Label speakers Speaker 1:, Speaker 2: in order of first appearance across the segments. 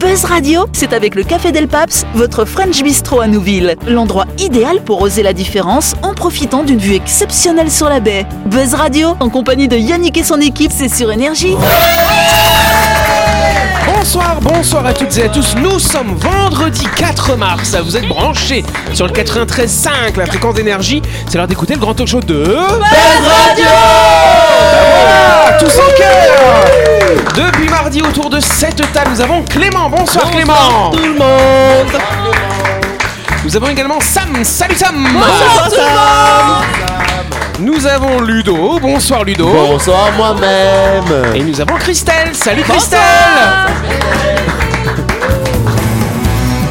Speaker 1: Buzz Radio, c'est avec le Café Del Paps, votre French Bistro à Nouville. L'endroit idéal pour oser la différence en profitant d'une vue exceptionnelle sur la baie. Buzz Radio, en compagnie de Yannick et son équipe, c'est sur Énergie.
Speaker 2: Bonsoir, bonsoir à toutes et à tous. Nous sommes vendredi 4 mars. Vous êtes branchés sur le 93.5, la fréquence d'énergie. C'est l'heure d'écouter le grand talk show de. Belle Radio Ah, Tous en cœur Depuis mardi, autour de cette table, nous avons Clément. Bonsoir, Clément tout le monde Nous avons également Sam. Salut Sam Bonsoir, Nous avons Ludo. Bonsoir, Ludo.
Speaker 3: Bonsoir moi-même
Speaker 2: Et nous avons Christelle. Salut, Christelle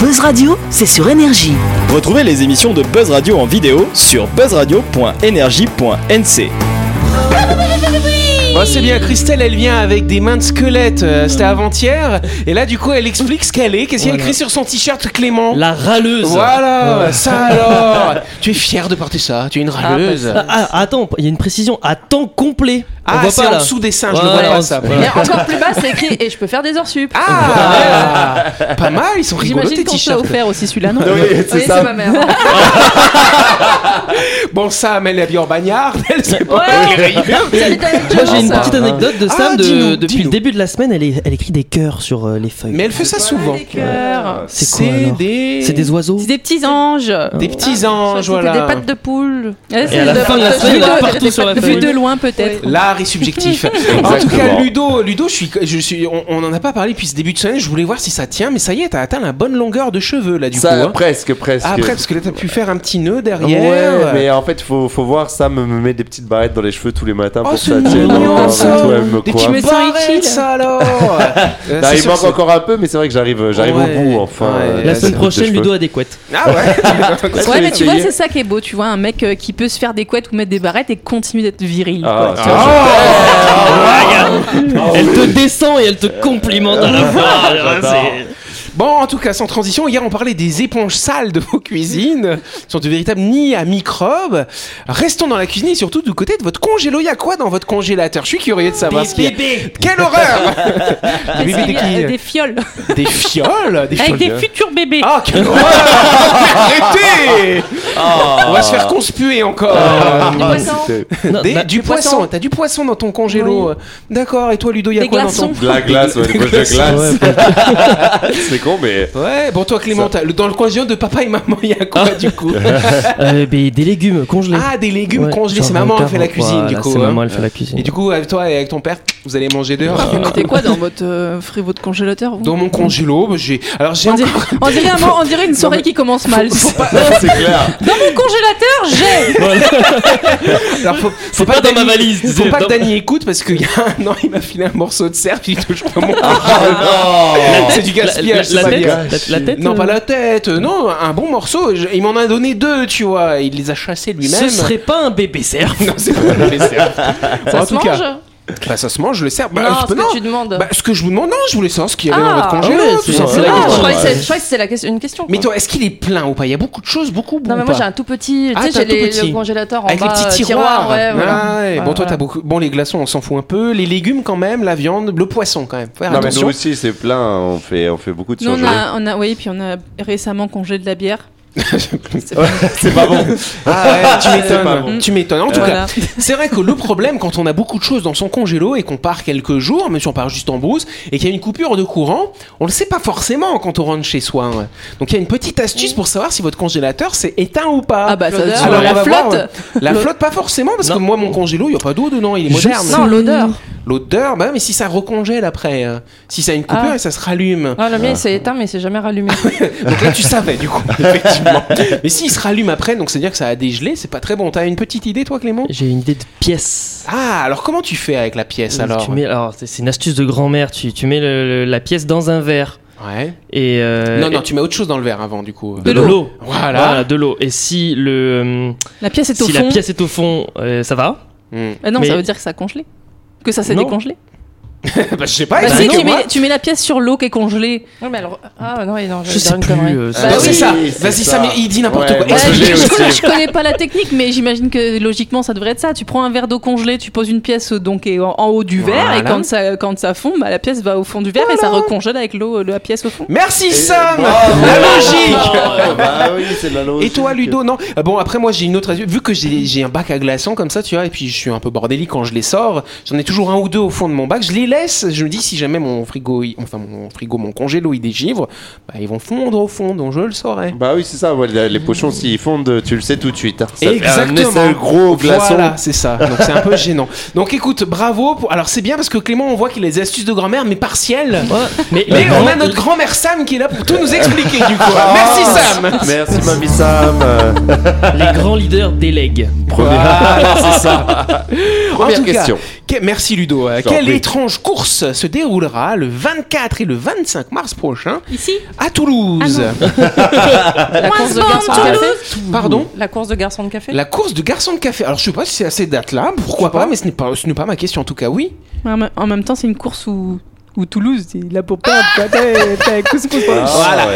Speaker 1: Buzz Radio, c'est sur Énergie.
Speaker 3: Retrouvez les émissions de Buzz Radio en vidéo sur buzzradio.energie.nc
Speaker 2: Bah, c'est bien, Christelle, elle vient avec des mains de squelette, euh, c'était avant-hier, et là du coup elle explique ce qu'elle est, qu'est-ce qu'il y a écrit sur son t-shirt Clément
Speaker 4: La râleuse.
Speaker 2: Voilà, bah, ça alors Tu es fière de porter ça, tu es une râleuse
Speaker 4: Ah, ah, attends, il y a une précision à temps complet. On
Speaker 2: Ah,
Speaker 4: voit
Speaker 2: c'est
Speaker 4: pas
Speaker 2: en
Speaker 4: là.
Speaker 2: dessous des seins, je
Speaker 4: Ouais,
Speaker 2: ne vois
Speaker 4: ouais,
Speaker 2: pas
Speaker 4: en-
Speaker 2: ça.
Speaker 5: Mais encore plus bas, c'est écrit et je peux faire des heures sup.
Speaker 2: Ah, Pas mal, ils sont rigolos
Speaker 5: J'imagine
Speaker 2: tes
Speaker 5: qu'on te l'a
Speaker 2: t-shirts.
Speaker 5: offert aussi celui-là, non
Speaker 3: Oui, c'est
Speaker 5: Oui,
Speaker 3: ça.
Speaker 5: c'est ma mère. Ouais,
Speaker 2: Bon, Sam, elle est habillée en bagnard, elle sait pas.
Speaker 5: c'est quand même
Speaker 4: Moi j'ai une
Speaker 5: violent, ça.
Speaker 4: petite anecdote de
Speaker 2: Ah,
Speaker 4: Sam de-
Speaker 2: dis-nous,
Speaker 4: depuis
Speaker 2: dis-nous.
Speaker 4: le début de la semaine, elle, est- elle écrit des cœurs sur euh, les feuilles.
Speaker 2: Mais elle fait ça souvent.
Speaker 5: Des cœurs.
Speaker 4: C'est quoi, alors
Speaker 2: des...
Speaker 4: C'est des hein. Ah, oiseaux.
Speaker 5: C'est des petits anges.
Speaker 2: des petits anges,
Speaker 5: Soit c'était
Speaker 2: voilà.
Speaker 5: Des pattes de poule.
Speaker 4: Et à la fin de la semaine, il y en a partout sur la
Speaker 5: Vu
Speaker 4: feuille.
Speaker 5: de loin peut-être.
Speaker 2: L'art est subjectif. en tout cas, Ludo, Ludo, je suis, je suis, on, on en a pas parlé depuis ce début de semaine. Je voulais voir si ça tient, mais ça y est, t'as atteint la bonne longueur de cheveux là du
Speaker 6: Ça,
Speaker 2: coup. hein.
Speaker 6: presque, presque.
Speaker 2: Ah, après, parce que là, t'as pu faire un petit nœud derrière.
Speaker 6: Ouais, mais en fait, faut, faut voir, ça me, me met des petites barrettes dans les cheveux tous les matins
Speaker 2: Oh,
Speaker 6: pour que
Speaker 2: c'est
Speaker 6: ça tienne
Speaker 2: mignon,
Speaker 6: encore,
Speaker 2: ça.
Speaker 6: et tout, elle me
Speaker 2: Des
Speaker 6: coiffe.
Speaker 2: petits
Speaker 5: Mais ça,
Speaker 2: barrettes,
Speaker 5: Richie, là.
Speaker 2: ça alors Euh,
Speaker 6: Là,
Speaker 2: c'est
Speaker 6: il
Speaker 2: sûr
Speaker 6: manque
Speaker 2: que
Speaker 6: encore un peu, mais c'est vrai que j'arrive, j'arrive
Speaker 2: Ouais.
Speaker 6: au bout enfin.
Speaker 2: Ouais.
Speaker 6: euh,
Speaker 4: La
Speaker 6: c'est un
Speaker 4: semaine
Speaker 6: truc de
Speaker 4: prochaine,
Speaker 6: cheveux.
Speaker 4: Ludo a des couettes.
Speaker 2: c'est- Ah ouais
Speaker 5: Ouais, mais tu vois, c'est ça qui est beau. Tu vois, un mec euh, qui peut se faire des couettes ou mettre des barrettes et continue d'être viril.
Speaker 6: Ah,
Speaker 5: quoi.
Speaker 6: ah,
Speaker 4: Elle te descend et elle te complimente Ah, à la
Speaker 2: Ah,
Speaker 4: fois. C'est-
Speaker 2: Bon, en tout cas, sans transition, hier on parlait des éponges sales de vos cuisines. Ce sont de véritables nids à microbes. Restons dans la cuisine et surtout du côté de votre congélo. Il y a quoi dans votre congélateur Je suis curieux de savoir ce qu'il y a. Quelle horreur Des
Speaker 5: Qu'est-ce
Speaker 2: bébés
Speaker 5: qu'il y a
Speaker 2: de qui
Speaker 5: Des fioles.
Speaker 2: Des fioles Des
Speaker 5: Avec
Speaker 2: fioles
Speaker 5: des
Speaker 2: de-
Speaker 5: futurs bébés.
Speaker 2: Ah, quelle horreur Arrêtez On va se faire conspuer encore ah,
Speaker 5: Du poisson.
Speaker 6: c'était
Speaker 4: Non, bah,
Speaker 2: Des-
Speaker 4: na-
Speaker 2: Du
Speaker 5: du poisson.
Speaker 2: poisson T'as du poisson dans ton congélo D'accord, et toi Ludo, il y a
Speaker 5: Des
Speaker 2: quoi
Speaker 5: glaçons.
Speaker 2: dans
Speaker 6: De la glace, ouais, des poches de glace. C'est con, mais.
Speaker 2: ton... Ouais, bon toi Clément, t'as- dans le congélo de papa et maman, il y a quoi du coup
Speaker 4: euh, mais des légumes congelés.
Speaker 2: Ah, des légumes
Speaker 4: Ouais,
Speaker 2: congelés,
Speaker 4: genre
Speaker 2: c'est maman qui fait la
Speaker 4: carotte,
Speaker 2: cuisine du
Speaker 4: voilà,
Speaker 2: coup
Speaker 4: C'est
Speaker 2: hein.
Speaker 4: maman, elle fait la cuisine.
Speaker 2: Et du coup, avec toi et avec ton père, vous allez manger dehors hein.
Speaker 5: Vous mettez quoi dans votre euh, frigo de congélateur vous
Speaker 2: Dans mon congélo, bah, j'ai... Alors j'ai
Speaker 5: on
Speaker 2: encore-
Speaker 5: dirait, on dirait un moment- on dirait une soirée qui commence mal.
Speaker 6: C'est clair.
Speaker 5: Dans mon congélateur, j'ai
Speaker 2: Alors, faut, faut
Speaker 4: pas
Speaker 2: que
Speaker 4: dans ma
Speaker 2: Dany-
Speaker 4: valise,
Speaker 2: Faut
Speaker 4: disais,
Speaker 2: pas que
Speaker 4: dans-
Speaker 2: Dany écoute parce qu'il y a un an, il m'a filé un morceau de cerf, il est toujours dans
Speaker 4: Oh.
Speaker 2: mon
Speaker 6: Ah,
Speaker 2: C'est du
Speaker 4: la, la-
Speaker 2: gaspillage.
Speaker 4: la
Speaker 2: ça,
Speaker 4: tête,
Speaker 2: gars.
Speaker 4: la, la tête
Speaker 2: Non,
Speaker 4: euh,
Speaker 2: pas la tête. euh, Non, un bon morceau. Je- Il m'en a donné deux, tu vois. Il les a chassés lui-même.
Speaker 4: Ce serait pas un bébé cerf.
Speaker 2: Non, c'est pas le cerf.
Speaker 5: Ça
Speaker 2: en
Speaker 5: se
Speaker 2: tout
Speaker 5: mange
Speaker 2: cas, bah, ça se mange le cerf. Bah,
Speaker 5: Non,
Speaker 2: je
Speaker 5: ce
Speaker 2: peux-
Speaker 5: que tu demandes.
Speaker 2: Bah, ce que je vous demande, non, je voulais savoir ce qu'il y avait dans votre
Speaker 5: Ah,
Speaker 2: congélo,
Speaker 4: ouais,
Speaker 2: tout
Speaker 4: c'est- c'est la
Speaker 5: Ah,
Speaker 2: simplement.
Speaker 5: je
Speaker 4: question.
Speaker 5: croyais que c'est- je croyais que c'était la question- une question.
Speaker 2: euh, Mais
Speaker 5: quoi.
Speaker 2: toi, est-ce qu'il est plein ou pas Il y a beaucoup de choses, beaucoup, beaucoup.
Speaker 5: non mais moi
Speaker 2: pas.
Speaker 5: j'ai un tout petit,
Speaker 2: Ah,
Speaker 5: tu sais
Speaker 2: t'as
Speaker 5: j'ai
Speaker 2: un tout
Speaker 5: les-
Speaker 2: petit.
Speaker 5: le congélateur en
Speaker 2: Avec les
Speaker 5: bas,
Speaker 2: petits
Speaker 5: euh,
Speaker 2: tiroirs.
Speaker 5: ouais, voilà.
Speaker 2: Ah, ouais, Bon, toi,
Speaker 5: voilà.
Speaker 2: t'as beaucoup. Bon, les glaçons, on s'en fout un peu. Les légumes, quand même. La viande, le poisson, quand même. Faut faire
Speaker 6: Non, mais nous
Speaker 2: attention.
Speaker 6: aussi, c'est plein. On fait, on fait beaucoup de
Speaker 5: Nous on
Speaker 6: surgelés.
Speaker 5: a, on a, oui puis on a récemment congé de la bière.
Speaker 6: C'est pas bon.
Speaker 2: Ah ouais, tu
Speaker 6: C'est pas
Speaker 2: m'étonnes.
Speaker 6: bon.
Speaker 2: Tu m'étonnes. En tout cas,
Speaker 5: Voilà.
Speaker 2: C'est vrai que le problème quand on a beaucoup de choses dans son congélo et qu'on part quelques jours, même si on part juste en brousse, et qu'il y a une coupure de courant, on le sait pas forcément quand on rentre chez soi. hein. Donc il y a une petite astuce pour savoir si votre congélateur s'est éteint ou pas.
Speaker 5: Ah bah ça
Speaker 2: L'odeur.
Speaker 5: se
Speaker 2: Alors, on
Speaker 5: la
Speaker 2: va voir,
Speaker 5: flotte.
Speaker 2: euh, La flotte pas forcément parce que moi mon congélo, il y a pas d'eau dedans, il est
Speaker 4: Je
Speaker 2: moderne.
Speaker 4: sais.
Speaker 5: Non, l'odeur.
Speaker 2: L'odeur, bah mais si ça recongèle après, euh, si ça a une coupure
Speaker 5: Ah.
Speaker 2: et ça se rallume.
Speaker 5: Ah, le mien il s'est éteint mais il s'est jamais rallumé.
Speaker 2: Donc là, tu savais, du coup, effectivement. Mais s'il se rallume après, donc c'est-à-dire que ça a dégelé, c'est pas très bon. T'as une petite idée, toi, Clément
Speaker 4: J'ai une idée de pièce.
Speaker 2: Ah, alors comment tu fais avec la pièce, alors
Speaker 4: Euh, Tu mets- alors, c'est c'est une astuce de grand-mère. Tu, tu mets le- le- la pièce dans un verre.
Speaker 2: Ouais.
Speaker 4: Et, euh,
Speaker 2: non, non,
Speaker 4: et-
Speaker 2: tu mets autre chose dans le verre avant, du coup.
Speaker 4: de l'eau.
Speaker 2: Voilà.
Speaker 4: Voilà. de l'eau. Et si le
Speaker 5: La pièce est au
Speaker 4: si
Speaker 5: fond.
Speaker 4: la pièce est au fond, euh, ça va.
Speaker 2: Hmm.
Speaker 5: Ah non
Speaker 4: Mais-
Speaker 5: ça veut dire que ça a congelé, que ça s'est
Speaker 4: Non.
Speaker 5: décongelé.
Speaker 2: bah, je sais pas.
Speaker 5: Bah, si, tu
Speaker 2: expliquez-moi.
Speaker 5: mets, tu mets la pièce sur l'eau qui est congelée.
Speaker 7: Non, mais alors. Ah, non, oui, non,
Speaker 4: Je sais plus. euh,
Speaker 7: Bah
Speaker 4: ça-
Speaker 2: Bah,
Speaker 7: oui,
Speaker 2: c'est ça.
Speaker 6: c'est
Speaker 2: Vas-y,
Speaker 6: ça.
Speaker 2: Sam, il dit n'importe
Speaker 6: Ouais,
Speaker 2: quoi.
Speaker 6: moi,
Speaker 5: Ouais,
Speaker 6: je
Speaker 5: je,
Speaker 2: Explique-
Speaker 6: l'ai aussi.
Speaker 5: je connais pas la technique, mais j'imagine que logiquement ça devrait être ça. Tu prends un verre d'eau congelée, tu poses une pièce euh, donc et en, en haut du verre, et
Speaker 2: Voilà.
Speaker 5: quand ça, quand ça fond, bah, la pièce va au fond du verre et ça recongèle avec l'eau euh, la pièce au fond.
Speaker 2: Merci,
Speaker 6: Et-
Speaker 2: Sam.
Speaker 6: Bravo.
Speaker 2: La logique.
Speaker 6: Bah oui, c'est de la logique.
Speaker 2: Et toi, Ludo, non Euh, Bon, après, moi, j'ai une autre. Vu que j'ai j'ai un bac à glaçons comme ça, tu vois, et puis je suis un peu bordélique quand je les sors, j'en ai toujours un ou deux au fond de mon bac. Je les laisse. Je me dis, si jamais mon frigo, il- enfin, mon frigo, mon congélo, il dégivre, bah, ils vont fondre au fond, donc je le saurai.
Speaker 6: Bah oui, c'est ça. ouais, les- les pochons, s'ils fondent, tu le sais tout de suite. hein. Ça fait un
Speaker 2: Exactement.
Speaker 6: essai gros glaçon.
Speaker 2: Voilà, c'est ça. Donc c'est un peu gênant. Donc écoute, bravo. pour- Alors c'est bien parce que Clément, on voit qu'il a des astuces de grand-mère, mais partielles.
Speaker 4: Ouais, mais,
Speaker 2: Mais
Speaker 6: Bah
Speaker 4: non,
Speaker 2: on a notre grand-mère Sam qui est là pour tout nous expliquer du coup.
Speaker 6: Ah.
Speaker 2: Merci Sam.
Speaker 6: Merci, mamie Sam. Euh,
Speaker 4: les grands leaders délèguent.
Speaker 2: Voilà, c'est ça.
Speaker 6: Première
Speaker 2: en tout
Speaker 6: question.
Speaker 2: Cas, que- merci Ludo. Euh,
Speaker 6: Je t'en
Speaker 2: Quelle
Speaker 6: prie.
Speaker 2: étrange course se déroulera le 24 et le 25 mars prochain
Speaker 5: Ici,
Speaker 2: à Toulouse
Speaker 4: Ah
Speaker 7: Euh, la course de
Speaker 5: Once
Speaker 7: garçon
Speaker 5: born
Speaker 7: de
Speaker 5: to
Speaker 7: café.
Speaker 2: Pardon
Speaker 7: La course de garçon de café.
Speaker 2: La course de garçons de café. Alors je sais pas si c'est à ces dates-là, pourquoi pas, mais ce n'est pas, ce n'est pas ma question en tout cas, oui.
Speaker 5: en me- en même temps, c'est une course où, où Toulouse c'est là pour perdre. quoi. T'as- t'as- couscous, couscous.
Speaker 6: Voilà.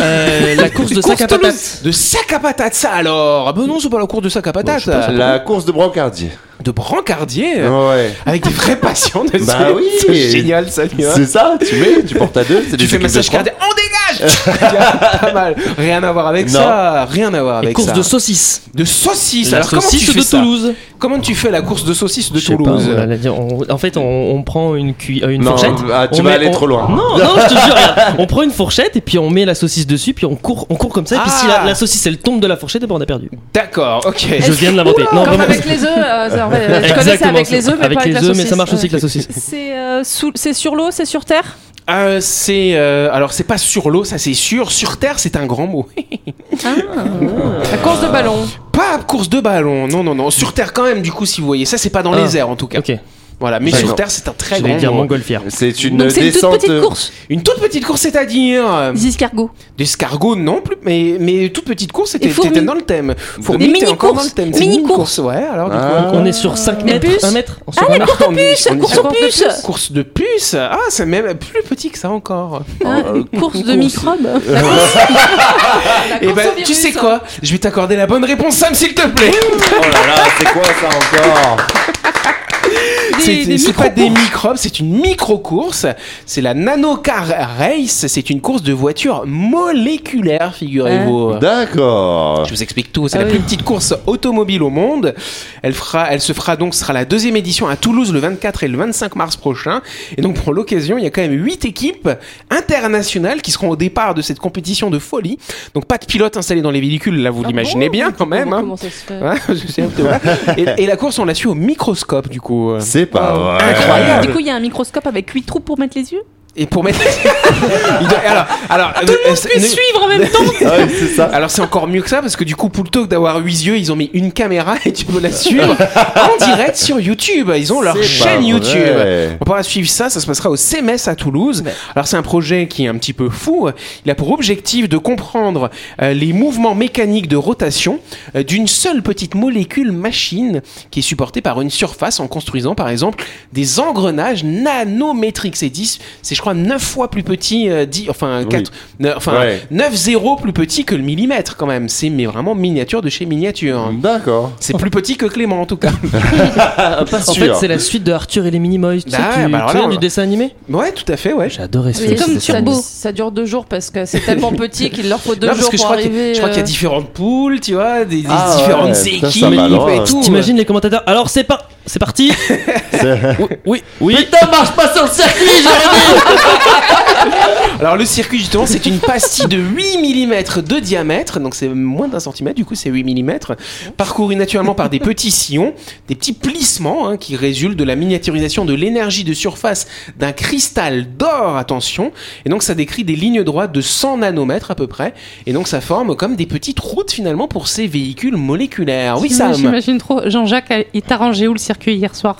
Speaker 4: Euh, la course de sac à
Speaker 2: Toulouse.
Speaker 4: patates.
Speaker 2: De sac à patate, ça alors Ah ben non, c'est pas la course de sac à patate.
Speaker 6: Euh, La course de brancardier.
Speaker 2: De brancardier euh,
Speaker 6: Ouais.
Speaker 2: Avec des vrais patients dessus.
Speaker 6: Bah oui.
Speaker 2: C'est génial ça, tu vois.
Speaker 6: C'est ça, tu mets, tu portes à deux, c'est
Speaker 2: Tu
Speaker 6: des
Speaker 2: fais
Speaker 6: équipes de
Speaker 2: massage
Speaker 6: trois.
Speaker 2: cardiaque, on dégage Pas mal. Rien à voir avec
Speaker 6: Non.
Speaker 2: ça, rien à voir
Speaker 4: Et
Speaker 2: avec
Speaker 4: course
Speaker 2: ça.
Speaker 4: de saucisses.
Speaker 2: De saucisse.
Speaker 4: La
Speaker 2: Alors comment
Speaker 4: saucisse
Speaker 2: tu fais
Speaker 4: de
Speaker 2: ça
Speaker 4: Toulouse.
Speaker 2: Comment tu fais la course de saucisse de
Speaker 4: Je sais pas,
Speaker 2: Toulouse
Speaker 4: on allait dire, on- en fait, on, on prend une, cui- euh, une
Speaker 6: Non,
Speaker 4: fourchette.
Speaker 6: ah, tu
Speaker 4: on
Speaker 6: vas
Speaker 4: met-
Speaker 6: aller
Speaker 4: on-
Speaker 6: trop loin.
Speaker 4: Non, non, je te jure, regarde, on prend une fourchette et puis on met la saucisse dessus, puis on court, on court comme ça. Et puis si
Speaker 2: Ah.
Speaker 4: la, la saucisse elle tombe de la fourchette, eh ben, on a perdu.
Speaker 2: D'accord, ok.
Speaker 4: Je viens de l'inventer. Non,
Speaker 7: Comme
Speaker 4: vraiment.
Speaker 7: avec les œufs, euh, ça, en fait, je connais ça
Speaker 4: Exactement,
Speaker 7: avec les œufs, mais
Speaker 4: avec
Speaker 7: pas avec
Speaker 4: les
Speaker 7: la
Speaker 4: œufs,
Speaker 7: saucisse.
Speaker 4: mais ça marche aussi avec la
Speaker 7: Ouais.
Speaker 4: saucisse.
Speaker 5: C'est euh, sous- c'est sur l'eau, c'est sur terre.
Speaker 2: Euh, c'est euh, alors c'est pas sur l'eau, ça c'est sûr. Sur terre, c'est un grand mot.
Speaker 7: La course de ballon.
Speaker 2: Pas course de ballon, non non non. Sur terre quand même. Du coup, si vous voyez, ça c'est pas dans
Speaker 4: Ah.
Speaker 2: les airs en tout cas.
Speaker 4: Ok,
Speaker 2: Voilà, mais
Speaker 6: D'accord.
Speaker 2: sur terre, c'est un très
Speaker 4: j'allais
Speaker 2: grand
Speaker 4: dire
Speaker 2: mot.
Speaker 4: montgolfière.
Speaker 6: C'est une
Speaker 5: Donc c'est une toute
Speaker 6: descente.
Speaker 7: euh,
Speaker 5: petite course.
Speaker 2: Une toute petite course, c'est-à-dire euh,
Speaker 5: Des escargots.
Speaker 2: des escargots non plus, mais mais toute petite course, c'était
Speaker 5: Des fourmis.
Speaker 2: t'étais dans le thème.
Speaker 5: Des
Speaker 2: t'es encore dans
Speaker 5: mini-courses.
Speaker 2: le thème. C'est une
Speaker 5: Mini-courses.
Speaker 2: ouais. Alors du coup,
Speaker 6: Ah.
Speaker 4: On est sur 5
Speaker 5: Les
Speaker 4: mètres,
Speaker 5: puces.
Speaker 4: 1 mètre. on sur un mètre.
Speaker 2: on est- on est
Speaker 5: course
Speaker 2: sur-
Speaker 5: aux puces.
Speaker 2: course de puce. Ah, c'est même plus petit que ça encore.
Speaker 5: Hein,
Speaker 7: Euh,
Speaker 5: une course de microbes.
Speaker 7: La
Speaker 2: Et
Speaker 7: course
Speaker 2: ben,
Speaker 7: au
Speaker 2: tu
Speaker 7: virus.
Speaker 5: hein.
Speaker 2: sais quoi Je vais t'accorder la bonne réponse, Sam, s'il te plaît.
Speaker 6: Oh là là, c'est quoi ça encore
Speaker 2: C'est
Speaker 5: des
Speaker 2: c'est pas des microbes, c'est une micro-course. C'est la nanocar race. C'est une course de voitures moléculaires, figurez-vous.
Speaker 6: D'accord.
Speaker 2: Je vous explique tout. C'est
Speaker 5: Ah
Speaker 2: la
Speaker 5: oui.
Speaker 2: plus petite course automobile au monde. Elle, fera, elle se fera donc, ce sera la deuxième édition à Toulouse le 24 et le 25 mars prochain. Et donc, pour l'occasion, il y a quand même huit équipes internationales qui seront au départ de cette compétition de folie. Donc, pas de pilote installé dans les véhicules, là, vous
Speaker 5: Ah
Speaker 2: l'imaginez bien quand même. hein.
Speaker 7: Comment ça se fait
Speaker 2: Ouais, je sais, tu vois. et, et la course, on l'a su au microscope, du coup.
Speaker 6: C'est pas vrai.
Speaker 2: Oh.
Speaker 7: Euh,
Speaker 2: Incroyable.
Speaker 5: Ah, Du coup, il y a un microscope avec huit trous pour mettre les yeux.
Speaker 2: Et pour mettre. Il doit- Alors, alors, euh, euh, ne-
Speaker 5: suivre en même temps.
Speaker 6: Ah oui, c'est ça.
Speaker 2: Alors c'est encore mieux que ça parce que du coup plutôt que d'avoir huit yeux ils ont mis une caméra et tu peux la suivre en direct sur YouTube. Ils ont leur
Speaker 6: C'est
Speaker 2: chaîne
Speaker 6: pas
Speaker 2: YouTube.
Speaker 6: vrai.
Speaker 2: On pourra suivre ça, ça se passera au CMS à Toulouse. Alors c'est un projet qui est un petit peu fou. Il a pour objectif de comprendre euh, les mouvements mécaniques de rotation euh, d'une seule petite molécule machine qui est supportée par une surface en construisant par exemple des engrenages nanométriques. C'est 10, c'est je crois 9 fois plus petit, euh, 10, enfin
Speaker 6: Oui.
Speaker 2: 4, enfin
Speaker 6: Ouais.
Speaker 2: 9 zéros plus petit que le millimètre quand même. C'est mais vraiment miniature de chez miniature.
Speaker 6: D'accord.
Speaker 2: C'est plus petit que Clément en tout cas.
Speaker 6: Pas
Speaker 4: En fait,
Speaker 6: sûr.
Speaker 4: c'est la suite de Arthur et les Minimoys. Tu sais,
Speaker 2: Bah ouais,
Speaker 4: tu-
Speaker 2: bah alors
Speaker 4: tu
Speaker 2: là,
Speaker 4: sais,
Speaker 2: on-
Speaker 4: du dessin animé
Speaker 2: Ouais, tout à fait, ouais.
Speaker 4: J'ai adoré ce
Speaker 7: Oui,
Speaker 4: film,
Speaker 7: ça-
Speaker 4: c'était
Speaker 7: ça,
Speaker 4: génial.
Speaker 7: ça dure deux jours parce que c'est tellement petit qu'il leur faut deux
Speaker 2: Non, parce
Speaker 7: jours
Speaker 2: que je
Speaker 7: pour
Speaker 2: crois qu'il y a-
Speaker 7: arriver.
Speaker 2: je crois qu'il y a
Speaker 7: euh,
Speaker 2: différentes poules, tu vois, des, des
Speaker 6: Ah ouais,
Speaker 2: différentes
Speaker 6: putain,
Speaker 2: équipes
Speaker 6: ça va loin,
Speaker 2: et
Speaker 6: hein.
Speaker 2: tout.
Speaker 4: T'imagines les commentateurs Alors c'est pas, c'est parti. oui, oui, oui.
Speaker 3: Putain, marche pas sur le circuit,
Speaker 2: Alors le circuit justement, c'est une pastille de 8 mm de diamètre, donc c'est moins d'un centimètre, du coup c'est 8 mm, parcourue naturellement par des petits sillons, des petits plissements hein, qui résultent de la miniaturisation de l'énergie de surface d'un cristal d'or, attention, et donc ça décrit des lignes droites de 100 nanomètres à peu près, et donc ça forme comme des petites routes finalement pour ces véhicules moléculaires. Ah Oui Sam
Speaker 5: euh,
Speaker 7: J'imagine trop. Jean-Jacques, il t'a rangé où le circuit hier soir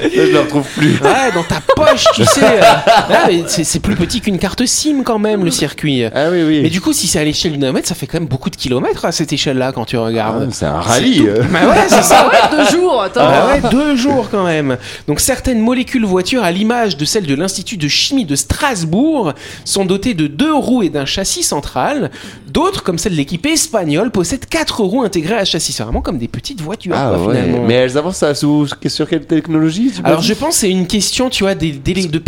Speaker 6: je la retrouve plus.
Speaker 2: Ouais, dans ta poche, tu sais. euh. Ah, mais c'est c'est plus petit qu'une carte SIM quand même, le circuit.
Speaker 6: Ah oui,
Speaker 2: Mais
Speaker 6: oui.
Speaker 2: du coup, si c'est à l'échelle du nanomètre, ça fait quand même beaucoup de kilomètres à cette échelle-là quand tu regardes.
Speaker 6: C'est un rallye. euh.
Speaker 2: Bah ouais, c'est ça.
Speaker 7: deux jours, attends.
Speaker 2: Ah ouais, deux jours quand même. Donc certaines molécules voitures, à l'image de celles de l'Institut de chimie de Strasbourg, sont dotées de deux roues et d'un châssis central. D'autres, comme celle de l'équipe espagnole, possèdent quatre roues intégrées à châssis. C'est vraiment comme des petites voitures,
Speaker 6: Ah
Speaker 2: quoi,
Speaker 6: ouais.
Speaker 2: finalement.
Speaker 6: Mais elles avancent à- sous, sur quelle technologie tu m'as
Speaker 2: Alors
Speaker 6: dit
Speaker 2: je pense que c'est une question, tu vois, des, des- de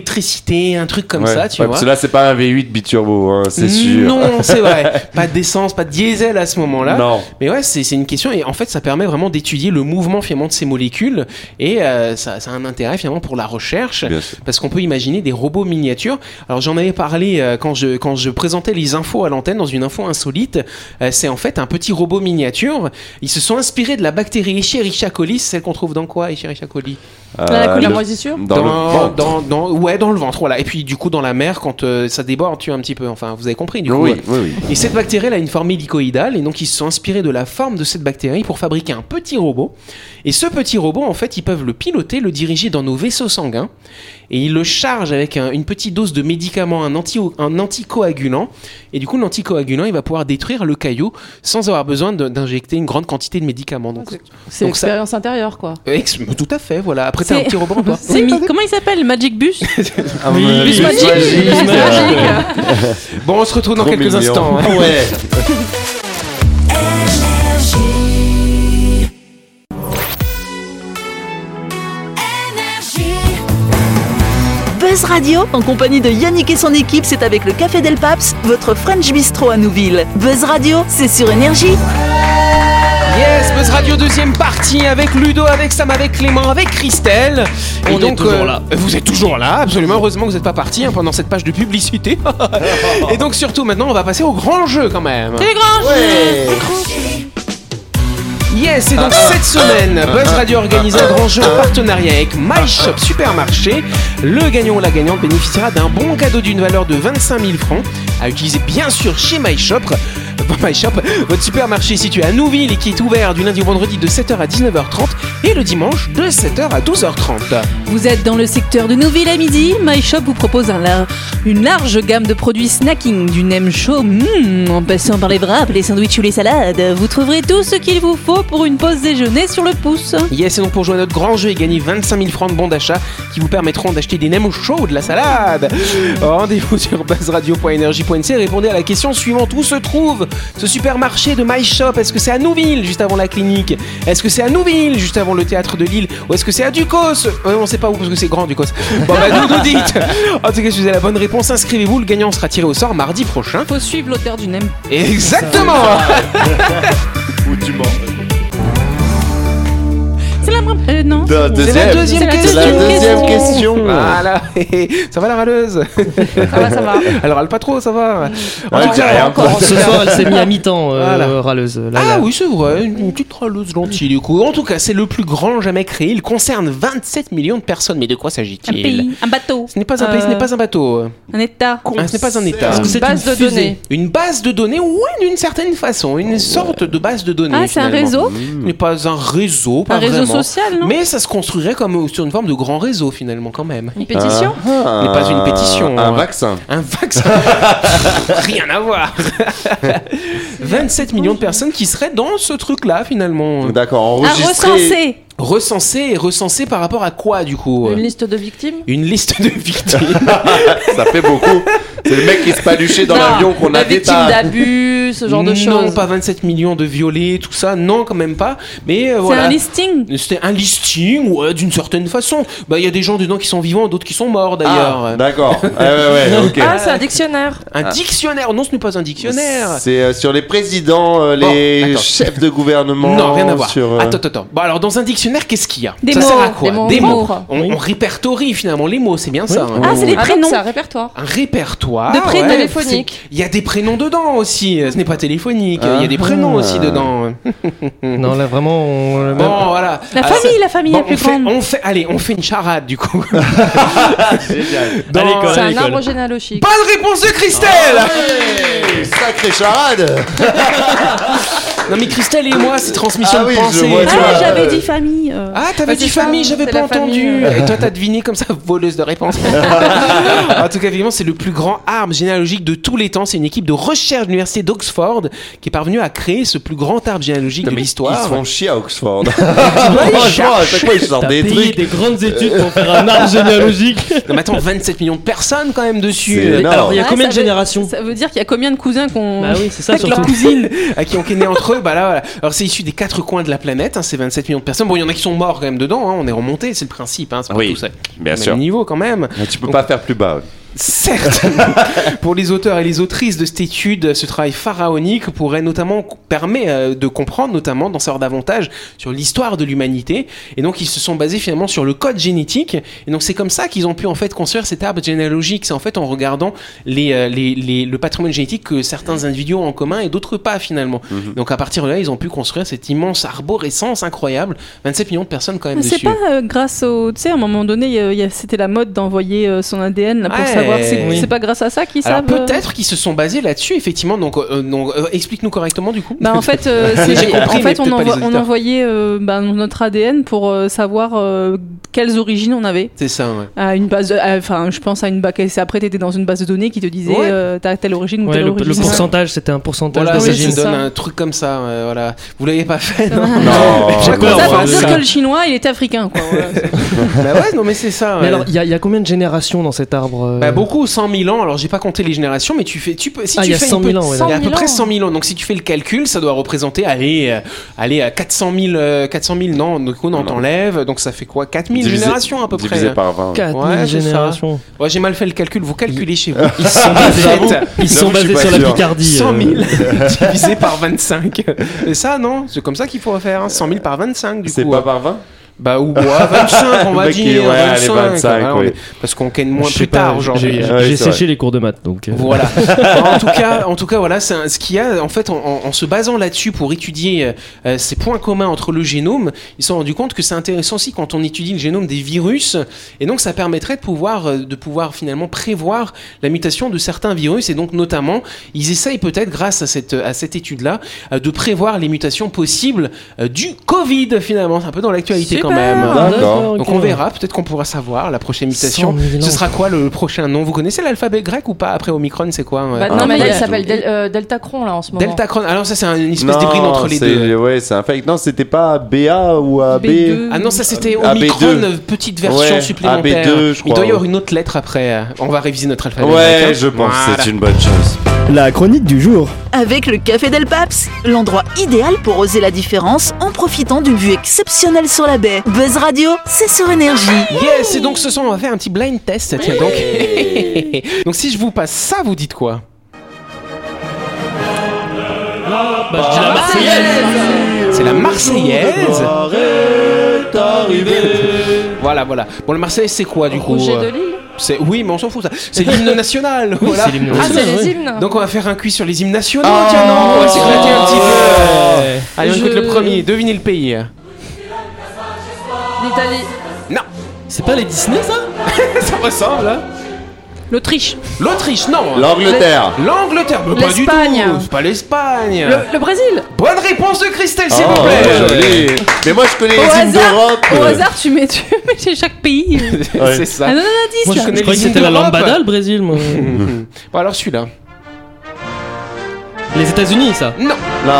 Speaker 2: piézoélectricité, un truc comme
Speaker 6: Ouais.
Speaker 2: ça, tu
Speaker 6: Ouais,
Speaker 2: vois.
Speaker 6: Parce que là, c'est pas un V8 biturbo, hein, c'est sûr.
Speaker 2: Non, c'est vrai. Pas d'essence, pas de diesel à ce moment-là.
Speaker 6: Non.
Speaker 2: Mais ouais, c'est c'est une question et en fait, ça permet vraiment d'étudier le mouvement finalement de ces molécules et euh, ça, ça a un intérêt finalement pour la recherche
Speaker 6: Bien sûr.
Speaker 2: parce qu'on peut imaginer des robots miniatures. Alors j'en avais parlé euh, quand je quand je présentais les infos à l'antenne dans une info insolite. Euh, c'est en fait un petit robot miniature. Ils se sont inspirés de la bactérie Escherichia coli, c'est celle qu'on trouve dans quoi Escherichia coli
Speaker 7: la
Speaker 6: Euh,
Speaker 7: couleur
Speaker 6: le-
Speaker 7: moisissure
Speaker 6: Dans, le ventre.
Speaker 2: dans- dans- ouais, dans le ventre. Voilà. Et puis du coup dans la mer quand euh, ça déborde, tu vois, un petit peu. Enfin, vous avez compris du coup.
Speaker 6: Oui, oui, oui.
Speaker 2: Et cette bactérie, elle a une forme hélicoïdale, et donc ils se sont inspirés de la forme de cette bactérie pour fabriquer un petit robot. Et ce petit robot, en fait, ils peuvent le piloter, le diriger dans nos vaisseaux sanguins, et ils le chargent avec un- une petite dose de médicament, un, anti, un anticoagulant. Et du coup, l'anticoagulant, il va pouvoir détruire le caillot sans avoir besoin de- d'injecter une grande quantité de médicaments. Donc,
Speaker 7: C'est
Speaker 2: Donc ça-
Speaker 7: l'expérience intérieure, quoi.
Speaker 2: Ex- tout à fait, voilà. Après, t'as
Speaker 5: C'est-
Speaker 2: un petit robot en toi.
Speaker 5: C'est mi- Comment il s'appelle Magic Bus
Speaker 6: Ah, mon avis,
Speaker 5: Bus Magic.
Speaker 6: magique.
Speaker 5: Bus Magic.
Speaker 2: Bon, on se retrouve dans
Speaker 6: Trop
Speaker 2: quelques
Speaker 6: mignon.
Speaker 2: instants. hein.
Speaker 6: Ah Ouais.
Speaker 1: Buzz Radio, en compagnie de Yannick et son équipe, c'est avec le Café Del Paps, votre French Bistro à Nouville. Buzz Radio, c'est sur Énergie.
Speaker 2: Yes, Buzz Radio deuxième partie avec Ludo, avec Sam, avec Clément, avec Christelle. euh,
Speaker 4: On est toujours là.
Speaker 2: Vous êtes toujours là, absolument. Heureusement que vous n'êtes pas parti hein, pendant cette page de publicité. Et donc surtout maintenant, on va passer au grand jeu quand même. Yes, et donc cette semaine, Buzz Radio organise un grand jeu en partenariat avec My Shop Supermarché. Le gagnant ou la gagnante bénéficiera d'un bon cadeau d'une valeur de 25 000 francs à utiliser bien sûr chez My Shop. Pas My Shop, votre supermarché situé à Nouville et qui est ouvert du lundi au vendredi de 7h à 19h30 et le dimanche de 7h à 12h30.
Speaker 5: Vous êtes dans le secteur de Nouville à midi My Shop vous propose un lar- une large gamme de produits snacking, du nem chaud, mm, en passant par les wraps, les sandwichs ou les salades. Vous trouverez tout ce qu'il vous faut pour une pause déjeuner sur le pouce.
Speaker 2: Yes, et donc pour jouer à notre grand jeu et gagner 25 000 francs de bons d'achat qui vous permettront d'acheter des nems chauds ou de la salade. Rendez-vous sur buzzradio.energie.nc et répondez à la question suivante. Où se trouve ce supermarché de My Shop Est-ce que c'est à Nouville, juste avant la clinique Est-ce que c'est à Nouville, juste avant le théâtre de Lille Ou est-ce que c'est à Ducos Euh, On sait pas où parce que c'est grand Ducos. Bon bah nous nous dites En tout cas, si vous avez la bonne réponse, inscrivez-vous. Le gagnant sera tiré au sort mardi prochain.
Speaker 7: Faut suivre l'auteur du NEM.
Speaker 2: Exactement
Speaker 6: Ou tu mens.
Speaker 5: C'est la première- euh, non.
Speaker 6: De-
Speaker 2: C'est la
Speaker 6: Deuxième.
Speaker 2: deuxième
Speaker 6: C'est
Speaker 2: question Ah.
Speaker 6: la deuxième question.
Speaker 2: Voilà Ça va la râleuse
Speaker 7: Ça va, ça va.
Speaker 2: Elle râle pas trop, ça va.
Speaker 6: Ouais, je dirais rien.
Speaker 4: Oh, Ce soir, elle s'est mise à mi-temps, euh,
Speaker 2: Voilà.
Speaker 4: râleuse. là,
Speaker 2: Ah
Speaker 4: là.
Speaker 2: oui, c'est vrai, une une petite râleuse gentille du coup. En tout cas, c'est le plus grand jamais créé. Il concerne 27 millions de personnes. Mais de quoi
Speaker 5: Un
Speaker 2: s'agit-il
Speaker 5: pays, un bateau,
Speaker 2: Ce n'est pas un pays, ce n'est pas un bateau.
Speaker 5: un état.
Speaker 2: Ah, ce n'est pas un état.
Speaker 4: Est-ce que c'est
Speaker 7: Une base
Speaker 4: une
Speaker 7: de
Speaker 4: fusée
Speaker 7: données.
Speaker 2: Une base de données, oui, d'une certaine façon. Une sorte de base de données.
Speaker 5: Ah, c'est un
Speaker 2: finalement.
Speaker 5: réseau
Speaker 2: Ce n'est pas un réseau, pas
Speaker 7: Un réseau
Speaker 2: vraiment.
Speaker 7: social, non
Speaker 2: Mais ça se construirait comme euh, sur une forme de grand réseau finalement quand même.
Speaker 7: Une pétition
Speaker 6: Ah.
Speaker 2: N'est pas une pétition. hein.
Speaker 6: Un vaccin.
Speaker 2: Un vaccin Rien à voir 27 millions de personnes qui seraient dans ce truc-là finalement.
Speaker 6: D'accord,
Speaker 5: À
Speaker 6: enregistré.
Speaker 5: recenser.
Speaker 2: Recensé et recensé par rapport à quoi du coup euh,
Speaker 7: Une liste de victimes
Speaker 2: Une liste de victimes.
Speaker 6: Ça fait beaucoup. C'est le mec qui se paluchait dans
Speaker 7: Non,
Speaker 6: l'avion qu'on
Speaker 7: la
Speaker 6: a
Speaker 7: victime
Speaker 6: ta...
Speaker 7: d'abus, ce genre de
Speaker 2: Non,
Speaker 7: choses.
Speaker 2: pas 27 millions de violés, tout ça. Non, quand même pas. Mais euh,
Speaker 5: C'est
Speaker 2: voilà.
Speaker 5: un listing.
Speaker 2: C'était un listing, ouais, d'une certaine façon. Bah, il y a des gens dedans qui sont vivants, d'autres qui sont morts d'ailleurs.
Speaker 6: Ah, d'accord. Ouais, ouais, ouais, ok.
Speaker 7: Ah, c'est un dictionnaire.
Speaker 2: un dictionnaire. Non, ce n'est pas un dictionnaire.
Speaker 6: C'est euh, sur les présidents, euh,
Speaker 2: Bon,
Speaker 6: les
Speaker 2: d'accord.
Speaker 6: chefs de gouvernement.
Speaker 2: Non, rien à voir.
Speaker 6: sur, euh,
Speaker 2: Attends, attends, attends. Bon, alors, dans un dictionnaire, qu'est-ce qu'il y a
Speaker 5: Des
Speaker 2: Ça
Speaker 5: mots,
Speaker 2: sert à quoi
Speaker 7: des mots propres.
Speaker 2: On, on répertorie finalement les mots, c'est bien ça. hein.
Speaker 5: Ah, c'est les
Speaker 7: Ah, donc
Speaker 5: prénoms.
Speaker 7: C'est un répertoire.
Speaker 2: Un répertoire.
Speaker 5: De prénoms.
Speaker 2: ouais.
Speaker 7: Téléphonique.
Speaker 2: Il y a des prénoms dedans aussi. Ce n'est pas téléphonique. Il y a
Speaker 6: Ah.
Speaker 2: des prénoms aussi dedans.
Speaker 4: Non, là vraiment, on- le même-
Speaker 2: Bon, voilà.
Speaker 5: La
Speaker 2: Alors,
Speaker 5: famille, la famille
Speaker 2: Ah, Bon,
Speaker 5: la
Speaker 2: on,
Speaker 5: plus
Speaker 2: fait,
Speaker 5: grande.
Speaker 2: on fait, allez, on fait une charade du coup.
Speaker 4: À l'école,
Speaker 7: C'est
Speaker 4: à
Speaker 7: un
Speaker 4: l'école.
Speaker 7: arbre généalogique.
Speaker 6: Ah.
Speaker 2: Bonne réponse de Christelle.
Speaker 6: Hey, Sacré charade
Speaker 2: Non mais Christelle et moi, c'est transmission
Speaker 6: Ah oui,
Speaker 2: de
Speaker 6: je
Speaker 2: pensée.
Speaker 6: vois, tu
Speaker 2: tu
Speaker 6: vois.
Speaker 8: Ah,
Speaker 2: vois.
Speaker 8: j'avais dit famille. euh.
Speaker 2: Ah, t'avais
Speaker 7: Ouais,
Speaker 2: dit
Speaker 7: c'est ça,
Speaker 2: famille, j'avais
Speaker 7: c'est
Speaker 2: pas
Speaker 7: la famille,
Speaker 2: entendu.
Speaker 7: euh.
Speaker 2: Et toi, t'as deviné comme ça, voleuse de réponse. en tout cas, évidemment, c'est le plus grand arbre généalogique de tous les temps. C'est une équipe de recherche de l'université d'Oxford qui est parvenue à créer ce plus grand arbre généalogique de
Speaker 6: mais Ils
Speaker 2: l'histoire. Ah bah
Speaker 6: se font chier à Oxford.
Speaker 2: cherchent.
Speaker 6: Franchement, à chaque fois, ils
Speaker 4: T'as
Speaker 6: sortent des
Speaker 4: payé
Speaker 6: trucs.
Speaker 4: des grandes études pour faire un arbre généalogique.
Speaker 2: Non, mais attends, 27 millions de personnes quand même dessus.
Speaker 6: C'est
Speaker 2: euh,
Speaker 6: énorme.
Speaker 4: Alors, il y a
Speaker 8: Ah,
Speaker 5: Ouais,
Speaker 4: combien
Speaker 5: ça
Speaker 4: de
Speaker 5: veut-
Speaker 4: générations
Speaker 5: Ça veut dire qu'il y a combien de cousins qu'on.
Speaker 4: Bah oui, c'est ça
Speaker 5: Avec leur
Speaker 4: surtout.
Speaker 2: cousine à qui ont né entre eux. Bah là, voilà. Alors c'est issu des quatre coins de la planète, hein, c'est 27 millions de personnes. Bon, il y en a qui sont morts quand même dedans, hein, on est remonté, c'est le principe. Hein, c'est pas
Speaker 6: Oui,
Speaker 2: tous à-
Speaker 6: bien
Speaker 2: même
Speaker 6: sûr.
Speaker 2: niveau quand même.
Speaker 6: Mais tu peux pas faire plus bas.
Speaker 2: Mm-hmm. Certes, pour les auteurs et les autrices de cette étude, ce travail pharaonique pourrait notamment permet euh, de comprendre, notamment d'en savoir davantage sur l'histoire de l'humanité. Et donc ils se sont basés finalement sur le code génétique. Et donc c'est comme ça qu'ils ont pu en fait construire cet arbre généalogique. C'est en fait en regardant les, euh, les- les- le patrimoine génétique que certains individus ont en commun et d'autres pas finalement.
Speaker 6: Mm-hmm.
Speaker 2: Donc à partir de là, ils ont pu construire cette immense arborescence incroyable. 27 millions de personnes quand même
Speaker 8: Mais C'est
Speaker 2: dessus.
Speaker 8: pas euh, grâce au. Tu sais, à un moment donné, il y a- il y a- c'était la mode d'envoyer euh, son ADN là, pour
Speaker 2: Ouais.
Speaker 8: savoir. C'est
Speaker 2: Oui.
Speaker 8: c'est pas grâce à ça qu'ils
Speaker 2: Alors
Speaker 8: savent. euh,
Speaker 2: peut-être qu'ils se sont basés là-dessus effectivement. Donc, euh, donc, euh, explique-nous correctement du coup.
Speaker 8: Bah en fait, euh,
Speaker 2: J'ai
Speaker 8: c'est-
Speaker 2: compris,
Speaker 8: en
Speaker 2: mais
Speaker 8: fait on,
Speaker 2: peut-être pas les
Speaker 8: envo- on
Speaker 2: auditeurs.
Speaker 8: envoyait euh, bah, notre ADN pour euh, savoir euh, quelles origines on avait.
Speaker 2: C'est ça, ouais.
Speaker 8: À une base, de- à- enfin, je pense à une base. et Après, t'étais dans une base de données qui te disait
Speaker 2: Ouais.
Speaker 8: euh, t'as telle origine ou
Speaker 4: Ouais,
Speaker 8: telle
Speaker 4: le, le
Speaker 8: origine.
Speaker 4: pourcentage, c'était un pourcentage
Speaker 2: Voilà, ça
Speaker 8: oui,
Speaker 2: je
Speaker 8: c'est
Speaker 4: d'origine.
Speaker 2: donne
Speaker 8: ça.
Speaker 2: un truc comme ça, euh, voilà. Vous l'avez pas fait, non
Speaker 6: Non,
Speaker 2: J'ai
Speaker 8: Ça,
Speaker 2: compris.
Speaker 8: pour
Speaker 2: Ouais,
Speaker 8: dire
Speaker 2: c'est
Speaker 8: que
Speaker 2: ça.
Speaker 8: le chinois, il était africain. Quoi. Voilà, c'est-
Speaker 2: Bah ouais, non mais c'est ça.
Speaker 4: Mais
Speaker 2: ouais.
Speaker 4: alors, il y, a- il y a combien de générations dans cet arbre euh
Speaker 2: Bah beaucoup, 100 000 ans. Alors j'ai pas compté les générations, mais tu fais, tu peux, si
Speaker 4: Ah,
Speaker 2: tu
Speaker 4: il y a
Speaker 2: fais une
Speaker 4: 100 000
Speaker 2: petite-
Speaker 4: ans, ouais,
Speaker 2: il y a à peu
Speaker 7: d'accord.
Speaker 2: près 100 000 ans. Donc si tu fais le calcul, ça doit représenter, allez, euh, allez à 400 000, euh, 400 000. Non, du coup on en
Speaker 6: Non.
Speaker 2: t'enlève. Donc ça fait quoi, 4 000
Speaker 6: Divisé-
Speaker 2: générations à peu près. hein.
Speaker 6: Divisé par 20.
Speaker 4: 4
Speaker 2: Ouais, c'est ça.
Speaker 4: générations.
Speaker 2: Ouais, j'ai mal fait le calcul. Vous calculez chez vous.
Speaker 4: Ils sont basés, ils
Speaker 6: J'avoue,
Speaker 4: sont
Speaker 6: je suis
Speaker 4: basés
Speaker 6: pas
Speaker 4: sur la
Speaker 6: sûr.
Speaker 4: Picardie.
Speaker 2: 100 000
Speaker 4: euh.
Speaker 2: divisé par 25. Et ça, non, c'est comme ça qu'il faut faire. hein. 100 000 par 25, du
Speaker 6: C'est
Speaker 2: coup. hein.
Speaker 6: pas par 20
Speaker 2: Bah ou ouais, 25 on
Speaker 6: Le
Speaker 2: va
Speaker 6: mec, il-
Speaker 2: dire
Speaker 6: ouais, allez,
Speaker 2: 25,
Speaker 6: 25,
Speaker 2: voilà, on
Speaker 6: oui.
Speaker 2: est- parce qu'on gagne
Speaker 4: Je
Speaker 2: moins
Speaker 4: sais
Speaker 2: plus
Speaker 4: pas,
Speaker 2: tard aujourd'hui.
Speaker 4: j'ai-
Speaker 6: Ouais,
Speaker 4: J'ai
Speaker 6: c'est
Speaker 4: séché les cours de maths, donc. euh,
Speaker 2: Voilà. Alors, en tout cas, en tout cas, voilà, c'est un- ce qu'il y a en fait en, en- en se basant là-dessus pour étudier euh, euh, ces points communs entre le génome, ils se sont rendus compte que c'est intéressant aussi quand on étudie le génome des virus, et donc ça permettrait de pouvoir euh, de pouvoir finalement prévoir la mutation de certains virus, et donc notamment ils essayent peut-être grâce à cette à cette étude-là euh, de prévoir les mutations possibles euh, du Covid finalement, c'est un peu dans l'actualité quand
Speaker 8: Super.
Speaker 2: même.
Speaker 6: D'accord.
Speaker 2: Donc
Speaker 4: Ah, ok.
Speaker 2: on verra, peut-être qu'on pourra savoir la prochaine
Speaker 4: 100
Speaker 2: mutation.
Speaker 4: 000 ans.
Speaker 2: Ce sera quoi le prochain nom Vous connaissez l'alphabet grec ou pas Après Omicron, c'est quoi euh,
Speaker 7: Bah,
Speaker 2: euh,
Speaker 7: non, mais
Speaker 8: Ah,
Speaker 7: là, il
Speaker 8: oui.
Speaker 7: s'appelle Del- euh, Deltacron, là, en ce moment.
Speaker 2: Delta Cron. Alors ça, c'est un- une espèce
Speaker 6: Non,
Speaker 2: d'hybride entre les
Speaker 6: c'est-
Speaker 2: deux.
Speaker 6: Ouais, c'est un fake. Non, c'était pas BA ou AB.
Speaker 8: B2.
Speaker 2: Ah non, ça c'était
Speaker 6: AB2.
Speaker 2: Omicron, euh, petite version
Speaker 6: Ouais,
Speaker 2: supplémentaire.
Speaker 6: AB2, je
Speaker 2: Il doit
Speaker 6: crois.
Speaker 2: y avoir une autre lettre après. euh, On va réviser notre alphabet.
Speaker 6: Ouais,
Speaker 2: grec, hein.
Speaker 6: je pense que
Speaker 2: Voilà.
Speaker 6: c'est une bonne chose.
Speaker 3: La chronique du jour.
Speaker 1: Avec le Café Del Paps, l'endroit idéal pour oser la différence en profitant d'une vue exceptionnelle sur la baie. Buzz Radio, c'est sur énergie.
Speaker 2: Yes, et donc ce soir, on va faire un petit blind test. Tiens donc. donc si je vous passe ça, vous dites quoi
Speaker 4: Bah, je dis
Speaker 7: Ah,
Speaker 4: la
Speaker 2: C'est la Marseillaise. Voilà, voilà. Bon, la Marseillaise, c'est quoi du coup
Speaker 7: Roger
Speaker 2: euh,
Speaker 7: de Lille
Speaker 2: C'est oui, mais on s'en fout ça. C'est l'hymne national.
Speaker 4: Oui,
Speaker 2: voilà.
Speaker 4: c'est l'hymne
Speaker 7: Ah, c'est
Speaker 4: national, ouais.
Speaker 7: les hymnes
Speaker 2: Donc on va faire un quiz sur les hymnes nationaux.
Speaker 6: Ah,
Speaker 2: Tiens, non, on va s'éclater un petit peu.
Speaker 4: Ouais.
Speaker 2: Allez, on
Speaker 7: Je-
Speaker 2: écoute le premier. Devinez le pays.
Speaker 7: L'Italie.
Speaker 2: Non,
Speaker 4: C'est pas les Disney, ça
Speaker 2: ça ressemble. hein.
Speaker 8: L'Autriche.
Speaker 2: L'Autriche, non.
Speaker 6: L'Angleterre.
Speaker 2: L'Angleterre, mais pas du tout.
Speaker 7: L'Espagne.
Speaker 2: C'est pas l'Espagne.
Speaker 7: Le, le Brésil
Speaker 2: Bonne réponse de Christelle, s'il
Speaker 6: Oh,
Speaker 2: vous plaît.
Speaker 6: joli. Mais moi, je connais
Speaker 8: Au
Speaker 6: les hymnes
Speaker 8: hasard.
Speaker 6: d'Europe.
Speaker 8: Au hasard, tu mets, tu mets chez chaque pays.
Speaker 6: Ouais.
Speaker 2: c'est ça.
Speaker 8: Ah non, non, non, dis
Speaker 4: Moi, je,
Speaker 8: ça.
Speaker 2: Bah, connais
Speaker 4: je
Speaker 2: les
Speaker 4: croyais que
Speaker 2: hymnes
Speaker 4: c'était la
Speaker 2: d'Europe.
Speaker 4: lambada, le Brésil, moi.
Speaker 2: Bon alors celui-là.
Speaker 4: les États-Unis, ça.
Speaker 2: Non,
Speaker 6: Non.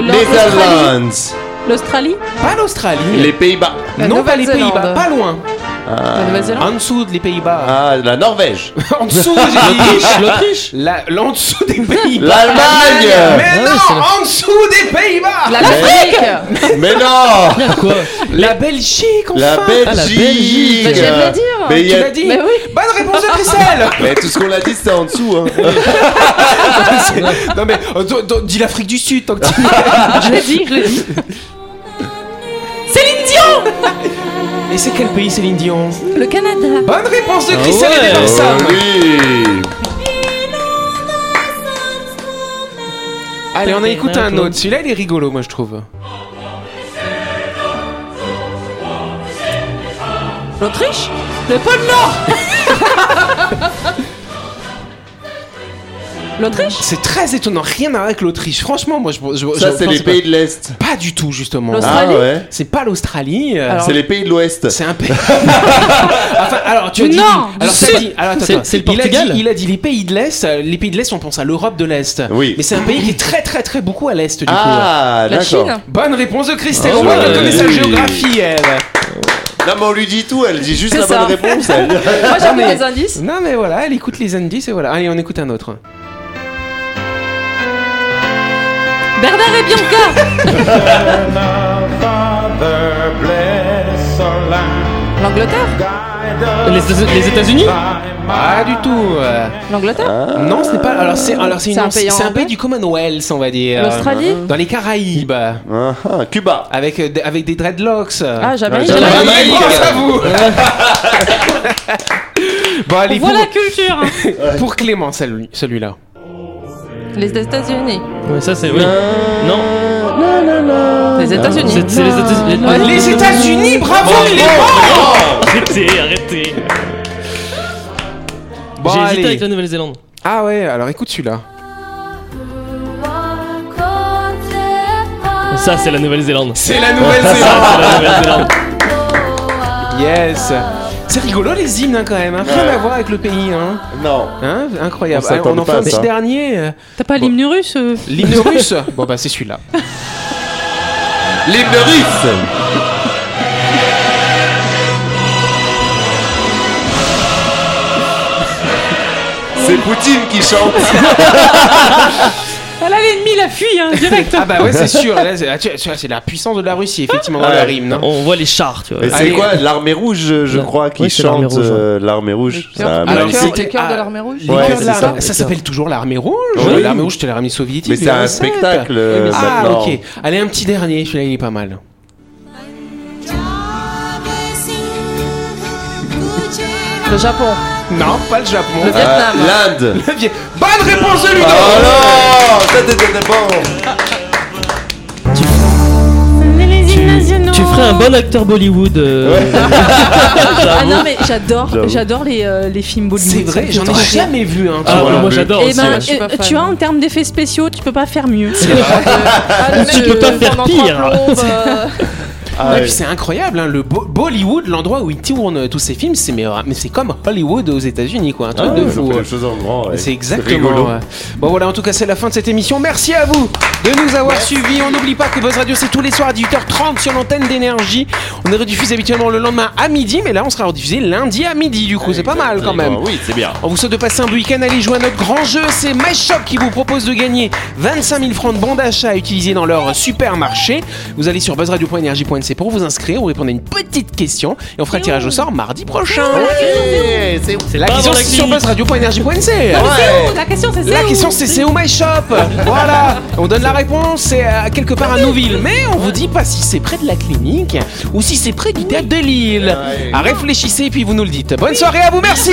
Speaker 8: Le- l'Australie.
Speaker 6: Netherlands.
Speaker 8: L'Australie
Speaker 2: pas l'Australie.
Speaker 6: Les Pays-Bas.
Speaker 7: La
Speaker 2: Non, pas les
Speaker 7: Nouvelle-Zélande.
Speaker 2: Pays-Bas, pas loin.
Speaker 7: La Nouvelle-Zélande
Speaker 2: En dessous des Pays-Bas.
Speaker 6: Ah, la Norvège.
Speaker 2: En dessous, j'ai dit.
Speaker 4: L'Autriche
Speaker 2: La- L'en dessous des Pays-Bas.
Speaker 6: L'Allemagne.
Speaker 2: Mais
Speaker 4: Ah oui, c'est
Speaker 2: non,
Speaker 4: la-
Speaker 2: en dessous des Pays-Bas. La...
Speaker 8: Bah,
Speaker 7: L'Afrique
Speaker 6: Mais non.
Speaker 4: Ah, Quoi
Speaker 2: Belgique, enfin.
Speaker 6: La
Speaker 4: Ah, la
Speaker 6: Belgique.
Speaker 4: Belgique.
Speaker 7: Bah, je viens de le dire.
Speaker 6: euh, Mais il
Speaker 2: Tu
Speaker 6: y a-
Speaker 2: l'as dit.
Speaker 7: Mais oui
Speaker 2: Bonne réponse de Christelle.
Speaker 6: Mais tout ce qu'on a dit, c'était en dessous. Hein.
Speaker 2: C'est- non mais euh, do- do- dis l'Afrique du Sud tant que tu
Speaker 8: Ah, Je l'ai dit, je l'ai dit.
Speaker 2: Et c'est quel pays Céline Dion
Speaker 8: Le Canada.
Speaker 2: Bonne réponse de
Speaker 4: Ah
Speaker 2: Christelle et
Speaker 4: ouais.
Speaker 2: des Sam.
Speaker 6: Oh, oui.
Speaker 2: Allez, on en écoute un autre. Celui-là, il est rigolo, moi je trouve.
Speaker 8: L'Autriche Le pôle Nord L'Autriche
Speaker 2: C'est très étonnant, rien à voir avec l'Autriche. Franchement, moi, je. je-
Speaker 6: Ça,
Speaker 2: je
Speaker 6: c'est
Speaker 2: pense
Speaker 6: les
Speaker 2: pas-
Speaker 6: pays de l'Est.
Speaker 2: Pas du tout, justement.
Speaker 8: L'Australie.
Speaker 6: Ah ouais
Speaker 2: C'est pas l'Australie. euh,
Speaker 6: C'est les pays de l'Ouest.
Speaker 2: C'est un pays. enfin, alors tu as dit.
Speaker 8: Non,
Speaker 2: alors,
Speaker 4: du
Speaker 2: ça
Speaker 4: Sud.
Speaker 2: dit- alors, attends,
Speaker 4: C'est-
Speaker 2: attends.
Speaker 4: c'est le
Speaker 2: Il a dit-
Speaker 4: Portugal.
Speaker 2: Il a, dit les pays de l'Est. euh, Les pays de l'Est, on pense à l'Europe de l'Est.
Speaker 6: Oui.
Speaker 2: Mais c'est un pays qui est très, très, très beaucoup à l'Est du
Speaker 6: Ah,
Speaker 7: La
Speaker 6: d'accord.
Speaker 7: Chine
Speaker 2: coup. Bonne réponse de Christelle.
Speaker 6: Oh,
Speaker 2: on voit qu'elle
Speaker 6: ouais.
Speaker 2: connaît sa
Speaker 6: Oui.
Speaker 2: géographie, elle.
Speaker 6: Non, mais on lui dit tout, elle dit juste
Speaker 8: C'est
Speaker 6: la
Speaker 8: ça.
Speaker 6: bonne réponse. elle.
Speaker 7: Moi j'aime
Speaker 2: mais-
Speaker 7: les indices.
Speaker 2: Non mais voilà, elle écoute les indices et voilà. Allez, on écoute un autre.
Speaker 8: Bernard et Bianca
Speaker 7: L'Angleterre
Speaker 4: Les, les États-Unis
Speaker 2: Ah du tout. euh,
Speaker 7: L'Angleterre
Speaker 2: Non, ce n'est pas. Alors c'est alors c'est une-
Speaker 7: C'est un pays
Speaker 2: c'est un
Speaker 7: anglais
Speaker 2: pays du Commonwealth, on va dire.
Speaker 7: L'Australie
Speaker 2: Dans les Caraïbes,
Speaker 6: Ah, ah, Cuba.
Speaker 2: avec euh, des- avec des dreadlocks.
Speaker 7: Ah, Jamaïque
Speaker 6: Ouais, Jamaïque.
Speaker 2: Bonne réponse à vous. Bon allez,
Speaker 8: Voilà la culture hein.
Speaker 2: pour, pour Clément celui- celui-là.
Speaker 7: Les États-Unis.
Speaker 4: Ouais, ça c'est. Oui. Non.
Speaker 7: Les États-Unis.
Speaker 4: C'est c'est les États-Unis.
Speaker 7: Ouais.
Speaker 2: Les États-Unis, bravo Clément.
Speaker 4: Arrêtez, arrêtez.
Speaker 2: Bon,
Speaker 4: J'ai hésité
Speaker 2: allez.
Speaker 4: avec la Nouvelle-Zélande.
Speaker 2: Ah ouais, alors écoute celui-là.
Speaker 4: Ça c'est la Nouvelle-Zélande.
Speaker 2: C'est la Nouvelle-Zélande.
Speaker 4: C'est la Nouvelle-Zélande.
Speaker 2: Yes. C'est rigolo les hymnes hein, quand même, hein. rien à voir avec le pays. Hein.
Speaker 6: Non.
Speaker 2: Hein, incroyable.
Speaker 6: On
Speaker 2: Ah, On,
Speaker 6: s'attendait
Speaker 2: en fait
Speaker 6: pas à
Speaker 2: un petit
Speaker 6: ça.
Speaker 2: dernier. euh,
Speaker 8: T'as pas l'hymne russe euh
Speaker 2: L'hymne russe. Bon bah c'est celui-là.
Speaker 6: L'hymne russe C'est Poutine qui chante.
Speaker 8: Ah là l'ennemi la fuit hein, direct
Speaker 2: Ah bah ouais c'est sûr. Là, c'est, ah, tu- tu vois, c'est la puissance de la Russie effectivement dans
Speaker 6: Ouais.
Speaker 2: leur hymne. hein.
Speaker 4: On voit les chars, tu vois. Ah,
Speaker 6: Et c'est
Speaker 2: Allez.
Speaker 6: quoi L'armée rouge, je je
Speaker 4: Non.
Speaker 6: crois, qui
Speaker 4: Oui, c'est l'armée
Speaker 6: chante
Speaker 4: rouge, ouais.
Speaker 6: euh, l'armée rouge.
Speaker 7: Cœur-
Speaker 6: Ça,
Speaker 7: le
Speaker 2: Alors,
Speaker 7: cœur-
Speaker 2: c'était-
Speaker 7: le cœur de
Speaker 2: ah,
Speaker 7: l'armée rouge.
Speaker 2: Les
Speaker 6: Ouais,
Speaker 2: cœurs de
Speaker 6: c'est
Speaker 2: l'armée-
Speaker 6: ça.
Speaker 2: ça s'appelle toujours l'armée rouge.
Speaker 6: Oui.
Speaker 2: L'armée rouge, c'était l'armée soviétique.
Speaker 6: Mais c'est un
Speaker 2: 1907.
Speaker 6: spectacle euh,
Speaker 2: Ah
Speaker 6: maintenant.
Speaker 2: ok. Allez un petit dernier. Celui-là il est pas mal.
Speaker 7: Le Japon.
Speaker 2: Non, pas le Japon.
Speaker 7: Le
Speaker 6: Euh,
Speaker 7: Vietnam.
Speaker 6: L'Inde.
Speaker 2: Le Viet- Bonne réponse de Ludo.
Speaker 6: Oh non Ça t'étais bon.
Speaker 4: Tu, tu ferais un bon acteur Bollywood. euh,
Speaker 8: Ah non mais j'adore
Speaker 6: J'avoue.
Speaker 8: j'adore les, euh, les films Bollywood
Speaker 2: C'est vrai,
Speaker 8: ça
Speaker 2: j'en
Speaker 8: me
Speaker 2: ai
Speaker 8: fait trop
Speaker 2: jamais vu un.
Speaker 4: Ah,
Speaker 6: Ah, voilà.
Speaker 4: moi j'adore
Speaker 8: rire.
Speaker 4: aussi.
Speaker 8: Eh ben,
Speaker 4: ouais.
Speaker 7: suis pas
Speaker 8: euh,
Speaker 7: fan.
Speaker 8: tu vois en termes d'effets spéciaux tu peux pas faire mieux euh,
Speaker 7: Ah,
Speaker 4: Tu peux pas faire pire.
Speaker 6: Ah
Speaker 2: Et
Speaker 6: ouais.
Speaker 2: puis c'est incroyable, hein, le Bo- Bollywood, l'endroit où ils tournent euh, tous ces films, c'est mais, euh, mais c'est comme Hollywood aux États-Unis, quoi, un truc
Speaker 6: Ah
Speaker 2: de
Speaker 6: ouais, ils
Speaker 2: fou. euh.
Speaker 6: ont fait
Speaker 2: ouais.
Speaker 6: les choses en grand. ouais.
Speaker 2: C'est exactement.
Speaker 6: rigolo.
Speaker 2: ouais. Bon voilà, en tout cas c'est la fin de cette émission. Merci à vous de nous avoir suivis. On n'oublie pas que Buzz Radio c'est tous les soirs à 18h30 sur l'antenne d'énergie. On est rediffusé habituellement le lendemain à midi, mais là on sera rediffusé lundi à midi du coup. C'est pas mal quand même.
Speaker 6: Oui, c'est bien.
Speaker 2: On vous souhaite de passer un bon week-end. Allez jouer à notre grand jeu. C'est MyShop qui vous propose de gagner 25 000 francs de bons d'achat à utiliser dans leur supermarché. Vous allez sur buzzradio.energie.nc pour vous inscrire. Vous répondez à une petite question et on fera le tirage au sort mardi prochain. C'est la
Speaker 4: Bravo,
Speaker 2: question
Speaker 4: la
Speaker 2: c'est sur
Speaker 4: clinique.
Speaker 2: buzzradio.energie.nc.
Speaker 8: la question c'est
Speaker 2: La question c'est c'est où my shop Voilà, on donne la réponse, c'est euh, quelque part à Nouville, mais on vous dit pas si c'est près de la clinique ou si c'est près du théâtre de Lille.
Speaker 6: Ouais.
Speaker 2: Ah, réfléchissez puis vous nous le dites. Bonne soirée à vous, merci.